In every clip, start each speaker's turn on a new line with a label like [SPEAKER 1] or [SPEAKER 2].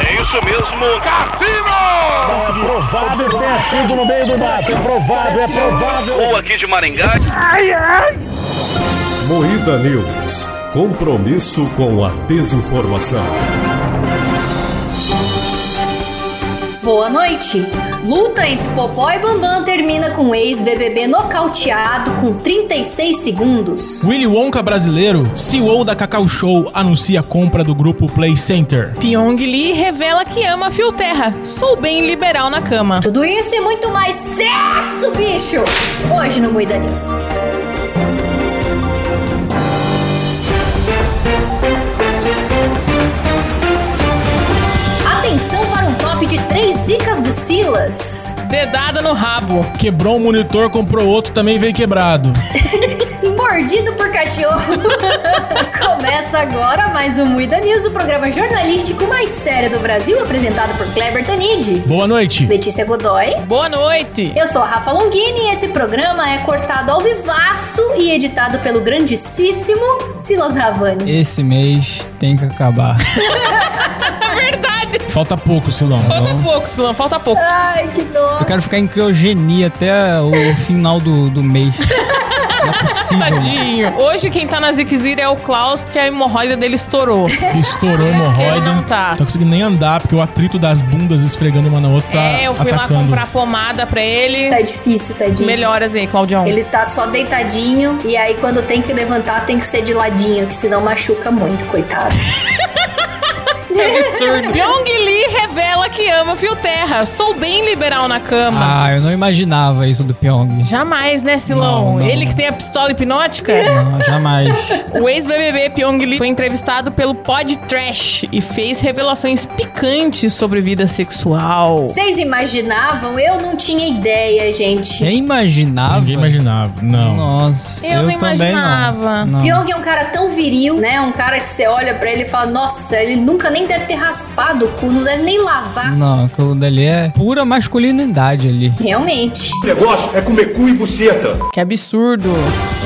[SPEAKER 1] É isso mesmo, Cassino!
[SPEAKER 2] Mas provável que tenha sido no meio do mato. É provável, é provável.
[SPEAKER 1] Ou aqui de Maringá.
[SPEAKER 3] Moída News. Compromisso com a desinformação.
[SPEAKER 4] Boa noite. Luta entre Popó e Bambam termina com um o ex-BBB nocauteado com 36 segundos.
[SPEAKER 5] Willy Wonka brasileiro, CEO da Cacau Show, anuncia a compra do grupo Play Center.
[SPEAKER 6] Pyong Lee revela que ama Fio Terra. Sou bem liberal na cama.
[SPEAKER 4] Tudo isso e muito mais sexo, bicho! Hoje no Moída News. Atenção para um top de três zicas do Silas.
[SPEAKER 6] Dedada no rabo.
[SPEAKER 5] Quebrou um monitor, comprou outro, também veio quebrado.
[SPEAKER 4] Mordido por cachorro. Começa agora mais um Muida News, o programa jornalístico mais sério do Brasil, apresentado por Kleber Tanid,
[SPEAKER 5] Boa noite.
[SPEAKER 4] Letícia Godoy.
[SPEAKER 6] Boa noite.
[SPEAKER 4] Eu sou a Rafa Longini e esse programa é cortado ao vivaço e editado pelo grandissíssimo Silas Ravani.
[SPEAKER 7] Esse mês tem que acabar.
[SPEAKER 6] É verdade.
[SPEAKER 5] Falta pouco, Silão.
[SPEAKER 6] Falta pouco, Silan. Falta pouco.
[SPEAKER 4] Ai, que dó.
[SPEAKER 7] Eu quero ficar em criogenia até o final do, do mês. Não é possível. mano.
[SPEAKER 6] Tadinho. Hoje quem tá na Ziquezira é o Klaus, porque a hemorroida dele estourou.
[SPEAKER 5] Estourou a
[SPEAKER 6] Ele
[SPEAKER 5] hemorroida.
[SPEAKER 6] não tá.
[SPEAKER 5] Não tô conseguindo nem andar, porque o atrito das bundas esfregando uma na outra tá
[SPEAKER 6] é, eu fui
[SPEAKER 5] atacando.
[SPEAKER 6] lá comprar pomada pra ele.
[SPEAKER 4] Tá difícil, tadinho.
[SPEAKER 6] Melhoras aí, Claudião.
[SPEAKER 4] Ele tá só deitadinho e aí quando tem que levantar tem que ser de ladinho, que senão machuca muito, coitado.
[SPEAKER 6] Absurdo. Pyong Lee revela que ama Fio Terra. Sou bem liberal na cama.
[SPEAKER 7] Ah, eu não imaginava isso do Pyong.
[SPEAKER 6] Jamais, né, Silão?
[SPEAKER 7] Não, não.
[SPEAKER 6] Ele que tem a pistola hipnótica?
[SPEAKER 7] Não, jamais.
[SPEAKER 6] O ex-BBB Pyong Lee foi entrevistado pelo Pod Trash e fez revelações picantes sobre vida sexual.
[SPEAKER 4] Vocês imaginavam? Eu não tinha ideia, gente.
[SPEAKER 7] Quem imaginava?
[SPEAKER 5] Ninguém imaginava. Não.
[SPEAKER 7] Nossa,
[SPEAKER 6] Eu
[SPEAKER 7] eu,
[SPEAKER 6] não
[SPEAKER 7] também
[SPEAKER 6] imaginava.
[SPEAKER 7] não. não.
[SPEAKER 4] Pyong é um cara tão viril, né? Um cara que você olha pra ele e fala: Nossa, ele nunca nem deve ter raspado o cu, não deve nem lavar.
[SPEAKER 7] Não, aquilo dali é pura masculinidade ali.
[SPEAKER 4] Realmente.
[SPEAKER 8] O negócio é comer cu e buceta.
[SPEAKER 6] Que absurdo.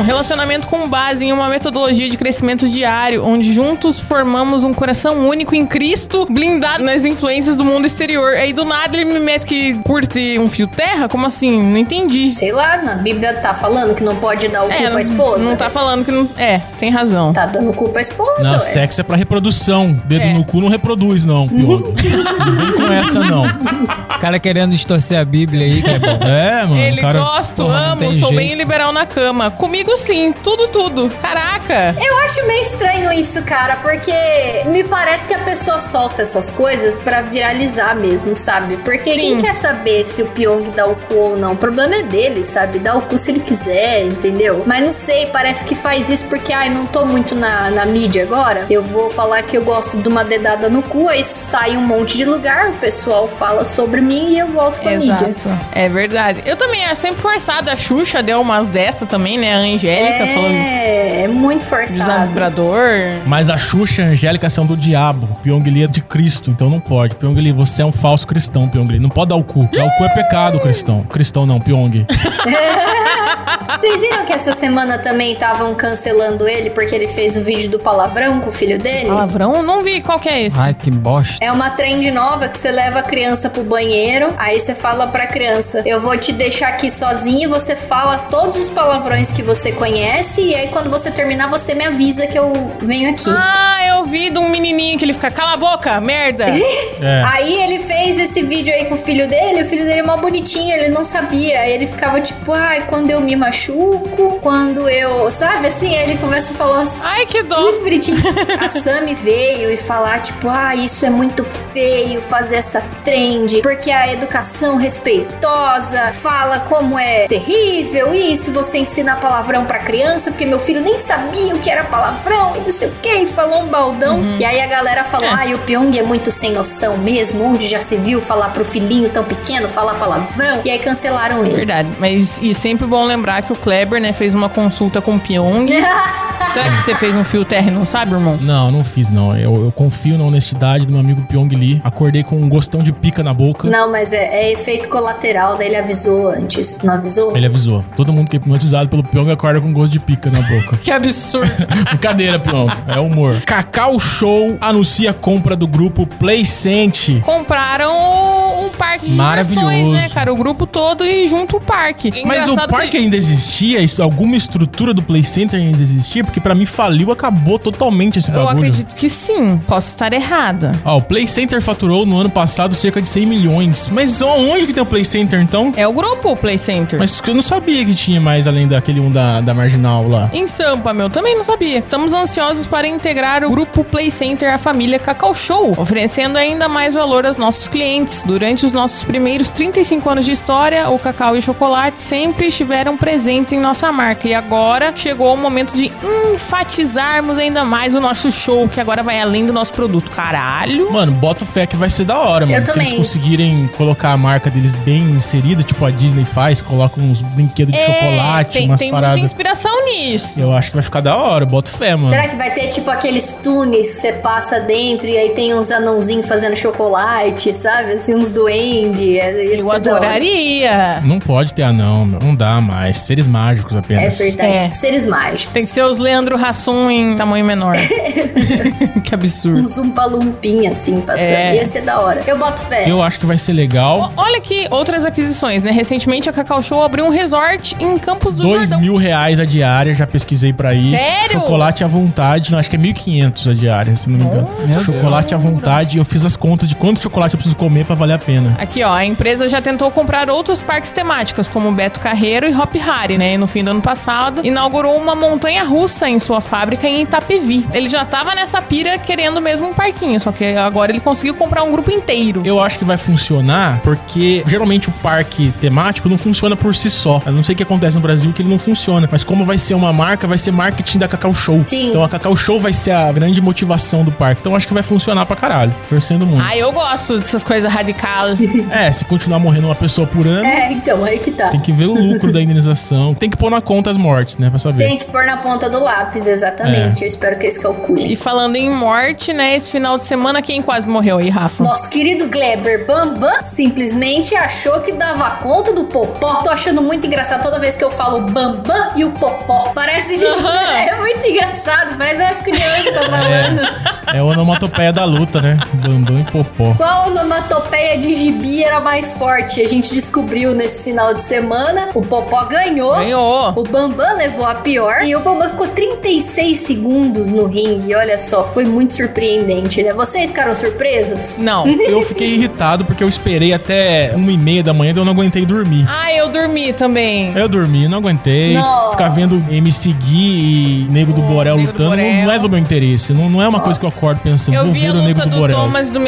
[SPEAKER 6] Um relacionamento com base em uma metodologia de crescimento diário, onde juntos formamos um coração único em Cristo, blindado nas influências do mundo exterior. Aí do nada ele me mete que curte um fio terra? Como assim? Não entendi.
[SPEAKER 4] Sei lá, na Bíblia tá falando que não pode dar o cu pra
[SPEAKER 6] não,
[SPEAKER 4] esposa.
[SPEAKER 6] não tá falando que não. É, tem razão.
[SPEAKER 4] Tá dando o cu pra esposa.
[SPEAKER 5] Não,
[SPEAKER 4] ué.
[SPEAKER 5] sexo é pra reprodução. Dedo
[SPEAKER 6] É.
[SPEAKER 5] no cu não reproduz, não, Pyong. não vem com essa, não.
[SPEAKER 7] O cara querendo distorcer a Bíblia aí, que é bom.
[SPEAKER 5] É, mano.
[SPEAKER 6] Ele
[SPEAKER 5] cara,
[SPEAKER 6] gosto,
[SPEAKER 7] porra, não
[SPEAKER 6] amo,
[SPEAKER 7] tem
[SPEAKER 6] sou
[SPEAKER 7] jeito.
[SPEAKER 6] bem liberal na cama. Comigo sim, tudo, tudo. Caraca!
[SPEAKER 4] Eu acho meio estranho isso, cara, porque me parece que a pessoa solta essas coisas pra viralizar mesmo, sabe? Porque
[SPEAKER 6] Sim.
[SPEAKER 4] quem quer saber se o Pyong dá o cu ou não? O problema é dele, sabe? Dá o cu se ele quiser, entendeu? Mas não sei, parece que faz isso porque, ai, não tô muito na, na mídia agora. Eu vou falar que eu gosto de uma dedada no cu, aí sai um monte de lugar, o pessoal fala sobre mim e eu volto pra mídia.
[SPEAKER 6] É verdade. Eu também acho sempre forçado. A Xuxa deu umas dessas também, né? A Angélica falando
[SPEAKER 4] É, é muito forçado.
[SPEAKER 6] desabrador.
[SPEAKER 5] Mas a Xuxa e a Angélica são do diabo. Pyong Lee é de Cristo, então não pode. Pyong Lee, você é um falso cristão, Pyong Lee. Não pode dar o cu. Dar o cu é pecado, cristão. Cristão não, Pyong.
[SPEAKER 4] Vocês viram que essa semana também estavam cancelando ele porque ele fez o vídeo do palavrão com o filho dele?
[SPEAKER 6] Palavrão? Não vi qual que é esse.
[SPEAKER 7] Ai, que bosta.
[SPEAKER 4] É uma trend nova que você leva a criança pro banheiro, aí você fala pra criança: Eu vou te deixar aqui sozinha, e você fala todos os palavrões que você conhece, e aí quando você terminar, você me avisa que eu venho aqui.
[SPEAKER 6] Ah, eu vi de um menininho que ele fica, cala a boca, merda.
[SPEAKER 5] É.
[SPEAKER 4] Aí ele fez esse vídeo aí com o filho dele, o filho dele é mó bonitinho, ele não sabia. Aí ele ficava tipo, ai, quando eu me machuco, quando eu. Sabe assim? Aí ele começa a falar assim.
[SPEAKER 6] Ai, que dó.
[SPEAKER 4] Muito bonitinho. A Sammy veio e falar, tipo, ah, isso é muito feio fazer essa trend, porque a educação respeitosa fala como é terrível isso, você ensinar palavrão pra criança, porque meu filho nem sabia o que era palavrão e não sei o que, e falou um baldão. E aí a galera falou,
[SPEAKER 6] É.
[SPEAKER 4] ai, o Pyong é muito sem noção mesmo, onde já se viu falar pro filhinho tão pequeno falar palavrão, e aí cancelaram ele.
[SPEAKER 6] É Verdade, mas e sempre bom lembrar que o Kleber, né, fez uma consulta com o Pyong. Será que você fez um fio terra e não sabe, irmão?
[SPEAKER 5] Não, não fiz, não. Eu, eu confio na honestidade do meu amigo Pyong Lee. Acordei com um gostão de pica na boca.
[SPEAKER 4] Não, mas é, é efeito colateral, daí ele avisou antes. Não avisou?
[SPEAKER 5] Ele avisou. Todo mundo que é hipnotizado pelo Pyong acorda com um gosto de pica na boca.
[SPEAKER 6] Que absurdo.
[SPEAKER 5] Brincadeira, Pyong. É humor. Cacau Show anuncia a compra do grupo Playcente.
[SPEAKER 6] Compraram um parque de diversões,
[SPEAKER 5] Maravilhoso.
[SPEAKER 6] né, cara? O grupo todo e junto o parque.
[SPEAKER 5] Mas o
[SPEAKER 6] Engraçado
[SPEAKER 5] parque é
[SPEAKER 6] que...
[SPEAKER 5] ainda existia? Isso- alguma estrutura do Play Center ainda existia? Porque pra mim faliu, acabou totalmente esse
[SPEAKER 6] Eu
[SPEAKER 5] bagulho.
[SPEAKER 6] acredito que sim. Posso estar errada.
[SPEAKER 5] Ó, o Play Center faturou no ano passado cerca de 100 milhões. Mas onde que tem o Play Center então?
[SPEAKER 6] É o grupo o Play Center.
[SPEAKER 5] Mas eu não sabia que tinha mais além daquele um da, da Marginal lá.
[SPEAKER 6] Em Sampa, meu, também não sabia. Estamos ansiosos para integrar o grupo Play Center à família Cacau Show, oferecendo ainda mais valor aos nossos clientes. Durante os nossos primeiros 35 anos de história, o cacau e o chocolate sempre estiveram presentes em nossa marca. E agora chegou o momento de enfatizarmos ainda mais o nosso show, que agora vai além do nosso produto. Caralho!
[SPEAKER 5] Mano, bota o fé que vai ser da hora, mano. Se
[SPEAKER 4] também.
[SPEAKER 5] eles conseguirem colocar a marca deles bem inserida, tipo a Disney faz, coloca uns brinquedos de chocolate,
[SPEAKER 6] É, tem,
[SPEAKER 5] umas
[SPEAKER 6] tem muita
[SPEAKER 5] paradas.
[SPEAKER 6] inspiração nisso.
[SPEAKER 5] Eu acho que vai ficar da hora, bota fé,
[SPEAKER 6] Hum.
[SPEAKER 5] mano.
[SPEAKER 4] Será que vai ter tipo aqueles túneis que você passa dentro e aí tem uns anãozinhos fazendo chocolate, sabe? Assim, uns duende. é- ia
[SPEAKER 6] Eu
[SPEAKER 4] ser da hora.
[SPEAKER 6] adoraria.
[SPEAKER 5] Não pode ter anão, meu. Não dá mais. Seres mágicos
[SPEAKER 4] É
[SPEAKER 5] apenas.
[SPEAKER 4] verdade.
[SPEAKER 6] É.
[SPEAKER 4] Seres mágicos.
[SPEAKER 6] Tem que ser os Leandro Hassum em tamanho menor. que absurdo.
[SPEAKER 4] Uns umpalumpinha assim passando.
[SPEAKER 6] É.
[SPEAKER 4] Ia ser da hora. Eu boto fé.
[SPEAKER 5] Eu acho que vai ser legal.
[SPEAKER 6] O- Olha aqui outras aquisições, né? Recentemente a Cacau Show abriu um resort em Campos do
[SPEAKER 5] Dois
[SPEAKER 6] Jordão.
[SPEAKER 5] mil reais a diária, já pesquisei pra ir.
[SPEAKER 6] um- Sério?
[SPEAKER 5] Chocolate à vontade. Não, acho que é 1.500 a diária, se não me engano.
[SPEAKER 7] Meu
[SPEAKER 5] chocolate à vontade. Eu fiz as contas de quanto chocolate eu preciso comer pra valer a pena.
[SPEAKER 6] Aqui, ó, a empresa já tentou comprar outros parques temáticos, como Beto Carreiro e Hop Hari, né? E no fim do ano passado, inaugurou uma montanha russa em sua fábrica em Itapevi. Ele já tava nessa pira querendo mesmo um parquinho, só que agora ele conseguiu comprar um grupo inteiro.
[SPEAKER 5] Eu acho que vai funcionar porque geralmente o parque temático não funciona por si só. Eu não sei o que acontece no Brasil que ele não funciona, mas como vai ser uma marca, vai ser marketing da Cacau Show.
[SPEAKER 4] Sim.
[SPEAKER 5] Então a Cacau Show vai ser a grande motivação do parque. Então eu acho que vai funcionar pra caralho. Torcendo muito.
[SPEAKER 6] Ah, eu gosto dessas coisas radicais.
[SPEAKER 5] É, se continuar morrendo uma pessoa por ano,
[SPEAKER 4] É, então, aí que tá.
[SPEAKER 5] tem que ver o lucro da indenização. Tem que pôr na conta as mortes, né? Pra saber.
[SPEAKER 4] Tem que pôr na ponta do lápis, exatamente.
[SPEAKER 6] É.
[SPEAKER 4] Eu espero que eles
[SPEAKER 6] E
[SPEAKER 4] calculem.
[SPEAKER 6] falando em morte, né? Esse final de semana, quem quase morreu aí, Rafa?
[SPEAKER 4] Nosso querido Gleber Bambam simplesmente achou que dava conta do Popó. Tô achando muito engraçado toda vez que eu falo Bambam e o Popó. Parece de...
[SPEAKER 6] Aham.
[SPEAKER 4] É muito engraçado, parece uma criança falando.
[SPEAKER 5] É, é a onomatopeia da luta, né? Bambam e popó.
[SPEAKER 4] Qual onomatopeia de gibi era mais forte? A gente descobriu nesse final de semana. O Popó ganhou.
[SPEAKER 6] Ganhou!
[SPEAKER 4] O Bambam levou a pior e o Bambam ficou 36 segundos no ringue. Olha só, foi muito surpreendente, né? Vocês ficaram surpresos?
[SPEAKER 6] Não.
[SPEAKER 5] Eu fiquei irritado porque eu esperei até uma e meia da manhã e eu não aguentei dormir.
[SPEAKER 6] Ah, eu dormi também.
[SPEAKER 5] Eu dormi, não aguentei.
[SPEAKER 4] Nossa.
[SPEAKER 5] Ficar vendo MC Gui e Nego do Borel
[SPEAKER 6] Hum, Nego do
[SPEAKER 5] lutando
[SPEAKER 6] Borel.
[SPEAKER 5] não, não é do meu interesse. Não, não é uma coisa que eu
[SPEAKER 4] Nossa.
[SPEAKER 5] acordo pensando,
[SPEAKER 6] Eu
[SPEAKER 5] vou
[SPEAKER 6] vi
[SPEAKER 5] ver
[SPEAKER 6] a
[SPEAKER 5] o Nego
[SPEAKER 6] luta
[SPEAKER 5] do
[SPEAKER 6] do
[SPEAKER 5] Borel.
[SPEAKER 6] Thomas do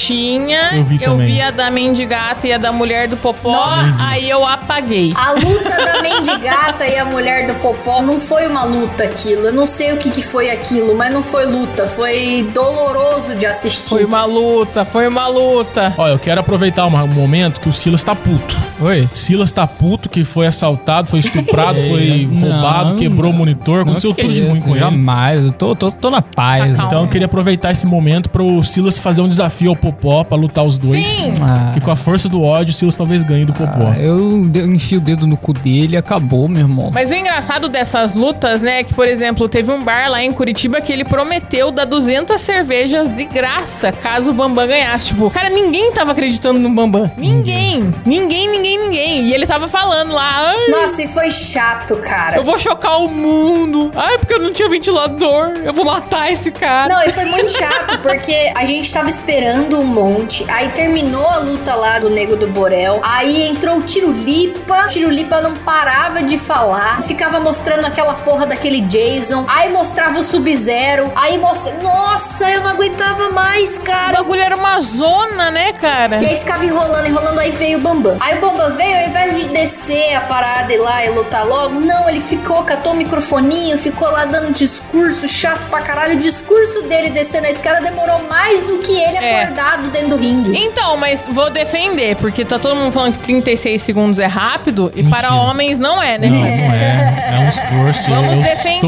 [SPEAKER 6] Mesquitinha.
[SPEAKER 5] Eu vi também.
[SPEAKER 6] a da Mendigata e a da mulher do Popó.
[SPEAKER 4] Nossa.
[SPEAKER 6] Aí eu apaguei.
[SPEAKER 5] Ah,
[SPEAKER 4] A luta da mendigata e a mulher do Popó não foi uma luta aquilo. Eu não sei o que, que foi aquilo, mas não foi luta. Foi doloroso de assistir.
[SPEAKER 6] Foi uma luta, foi uma luta.
[SPEAKER 5] Olha, eu quero aproveitar uma- um momento que o Silas tá puto.
[SPEAKER 7] Oi?
[SPEAKER 5] Silas tá puto que foi assaltado, foi estuprado, foi
[SPEAKER 7] Não,
[SPEAKER 5] roubado, quebrou o
[SPEAKER 7] É. não.
[SPEAKER 5] monitor, aconteceu
[SPEAKER 7] que é
[SPEAKER 5] tudo de
[SPEAKER 7] isso,
[SPEAKER 5] ruim com ele.
[SPEAKER 7] Jamais, eu tô, tô, tô na paz.
[SPEAKER 6] Tá
[SPEAKER 5] Então
[SPEAKER 6] calmo.
[SPEAKER 5] eu queria aproveitar esse momento pro Silas fazer um desafio ao Popó pra lutar os dois.
[SPEAKER 6] Sim.
[SPEAKER 7] Ah.
[SPEAKER 5] Que com a força do ódio, o Silas talvez ganhe do Popó.
[SPEAKER 7] Ah, Eu de- enfio o dedo no cu dele e acabou, meu irmão.
[SPEAKER 6] Mas o engraçado dessas lutas, né, é que, por exemplo, teve um bar lá em Curitiba que ele prometeu dar 200 cervejas de graça caso o Bambam ganhasse. Tipo, cara, ninguém tava acreditando no Bambam. Ninguém. Ninguém, ninguém, ninguém. E ele tava falando lá, ai,
[SPEAKER 4] Nossa, e foi chato, cara.
[SPEAKER 6] eu vou chocar o mundo. Ai, porque eu não tinha ventilador. Eu vou matar esse cara.
[SPEAKER 4] Não, e foi muito chato, porque a gente tava esperando um monte, aí terminou a luta lá do Nego do Borel, aí entrou o Tirulipa, o Tirulipa não parava de falar, ficava mostrando aquela porra daquele Jason, aí mostrava o Sub-Zero, aí mostrava... Nossa, eu não aguentava mais,
[SPEAKER 6] O
[SPEAKER 4] cara!
[SPEAKER 6] bagulho era uma zona, né, cara?
[SPEAKER 4] E aí ficava enrolando, enrolando, aí veio o Bambam. Aí o Bambam veio, ao invés de descer a parada e lá e lutar logo, não, ele ficou, catou o microfoninho, ficou lá dando discurso, chato pra caralho. O discurso dele descendo a escada demorou mais do que ele
[SPEAKER 6] É.
[SPEAKER 4] acordado dentro do ringue.
[SPEAKER 6] Então, mas mas vou defender, porque tá todo mundo falando que 36 segundos é rápido e
[SPEAKER 5] Mentira.
[SPEAKER 6] para homens não é, né?
[SPEAKER 5] Não, não é. É um esforço.
[SPEAKER 6] Vamos
[SPEAKER 5] eu estou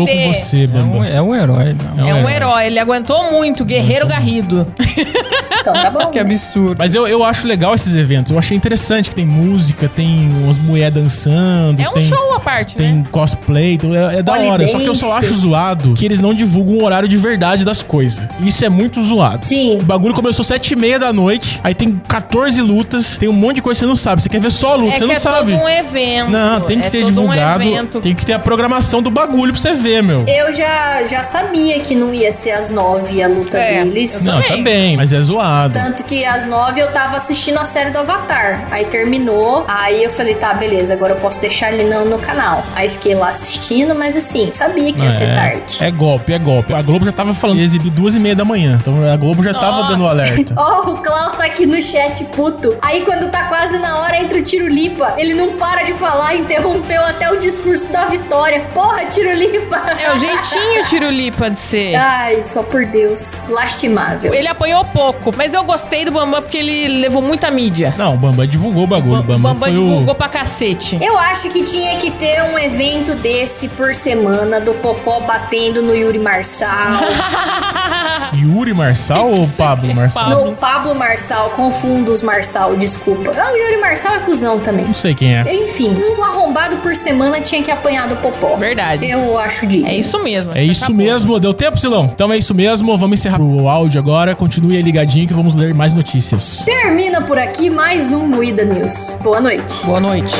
[SPEAKER 6] defender.
[SPEAKER 5] com você,
[SPEAKER 7] É um,
[SPEAKER 5] Bamba.
[SPEAKER 7] é um herói. Não.
[SPEAKER 6] É um herói, ele aguentou muito, guerreiro garrido.
[SPEAKER 4] Então tá bom.
[SPEAKER 7] Que absurdo.
[SPEAKER 5] Mas eu, eu acho legal esses eventos. Eu achei interessante que tem música, tem umas mulheres dançando.
[SPEAKER 6] É um
[SPEAKER 5] tem-
[SPEAKER 6] show à parte, né?
[SPEAKER 5] Tem cosplay, então é, é da
[SPEAKER 4] Pole
[SPEAKER 5] hora. Só que eu só
[SPEAKER 4] dance.
[SPEAKER 5] acho zoado que eles não divulgam o horário de verdade das coisas. Isso é muito zoado.
[SPEAKER 4] Sim.
[SPEAKER 5] O bagulho começou às 7h30 da noite, aí tem 14 lutas, tem um monte de coisa que você não sabe. Você quer ver só a luta,
[SPEAKER 6] É
[SPEAKER 5] você
[SPEAKER 6] que
[SPEAKER 5] não
[SPEAKER 6] é
[SPEAKER 5] sabe.
[SPEAKER 6] todo um evento.
[SPEAKER 5] Não, tem que
[SPEAKER 6] é
[SPEAKER 5] ter
[SPEAKER 6] todo
[SPEAKER 5] divulgado.
[SPEAKER 6] Um evento.
[SPEAKER 5] tem que ter a programação do bagulho pra você ver, meu.
[SPEAKER 4] Eu já, já sabia que não ia ser às nove a luta
[SPEAKER 6] É,
[SPEAKER 4] deles.
[SPEAKER 6] eu
[SPEAKER 5] Não,
[SPEAKER 6] também.
[SPEAKER 5] tá bem, mas é zoado.
[SPEAKER 4] Tanto que às nove eu tava assistindo a série do Avatar. Aí terminou. Aí eu falei, tá, beleza, agora eu posso deixar ele no, no canal. Aí fiquei lá assistindo, mas assim, sabia que ia ser
[SPEAKER 5] é,
[SPEAKER 4] tarde.
[SPEAKER 5] é golpe, é golpe. A Globo já tava falando, ia exibir duas e meia da manhã. Então a Globo já tava
[SPEAKER 6] Nossa.
[SPEAKER 5] dando o alerta.
[SPEAKER 4] Oh, o Klaus tá aqui no chat, puto. Aí quando tá quase na hora, entra o Tiro Lipa. Ele não para de falar, interrompeu até o discurso da vitória. Porra, Tiro Lipa!
[SPEAKER 6] É o jeitinho tirulipa de ser.
[SPEAKER 4] Ai, só por Deus. Lastimável.
[SPEAKER 6] Ele apanhou pouco, mas eu gostei do Bambam porque ele levou muita mídia.
[SPEAKER 5] Não, o Bambam divulgou o bagulho. O
[SPEAKER 6] O
[SPEAKER 5] Bambam,
[SPEAKER 6] Bambam
[SPEAKER 5] foi o...
[SPEAKER 6] divulgou pra cacete.
[SPEAKER 4] Eu acho que tinha que ter um evento desse por semana do Popó batendo no Yuri Marçal.
[SPEAKER 5] Yuri Marçal ou
[SPEAKER 6] é
[SPEAKER 5] Pablo Marçal?
[SPEAKER 6] Pablo.
[SPEAKER 4] No Pablo Marçal, confundo os Marçal, desculpa. Ah, o Yuri Marçal é cuzão também.
[SPEAKER 5] Não sei quem é.
[SPEAKER 4] Enfim, um arrombado por semana tinha que apanhar do Popó.
[SPEAKER 6] Verdade.
[SPEAKER 4] Eu acho digno.
[SPEAKER 6] É isso mesmo.
[SPEAKER 5] É isso mesmo, deu tempo, Silão? Então é isso mesmo, vamos encerrar o áudio agora. Continue aí ligadinho que vamos ler mais notícias.
[SPEAKER 4] Termina por aqui mais um Moída News. Boa noite.
[SPEAKER 6] Boa noite.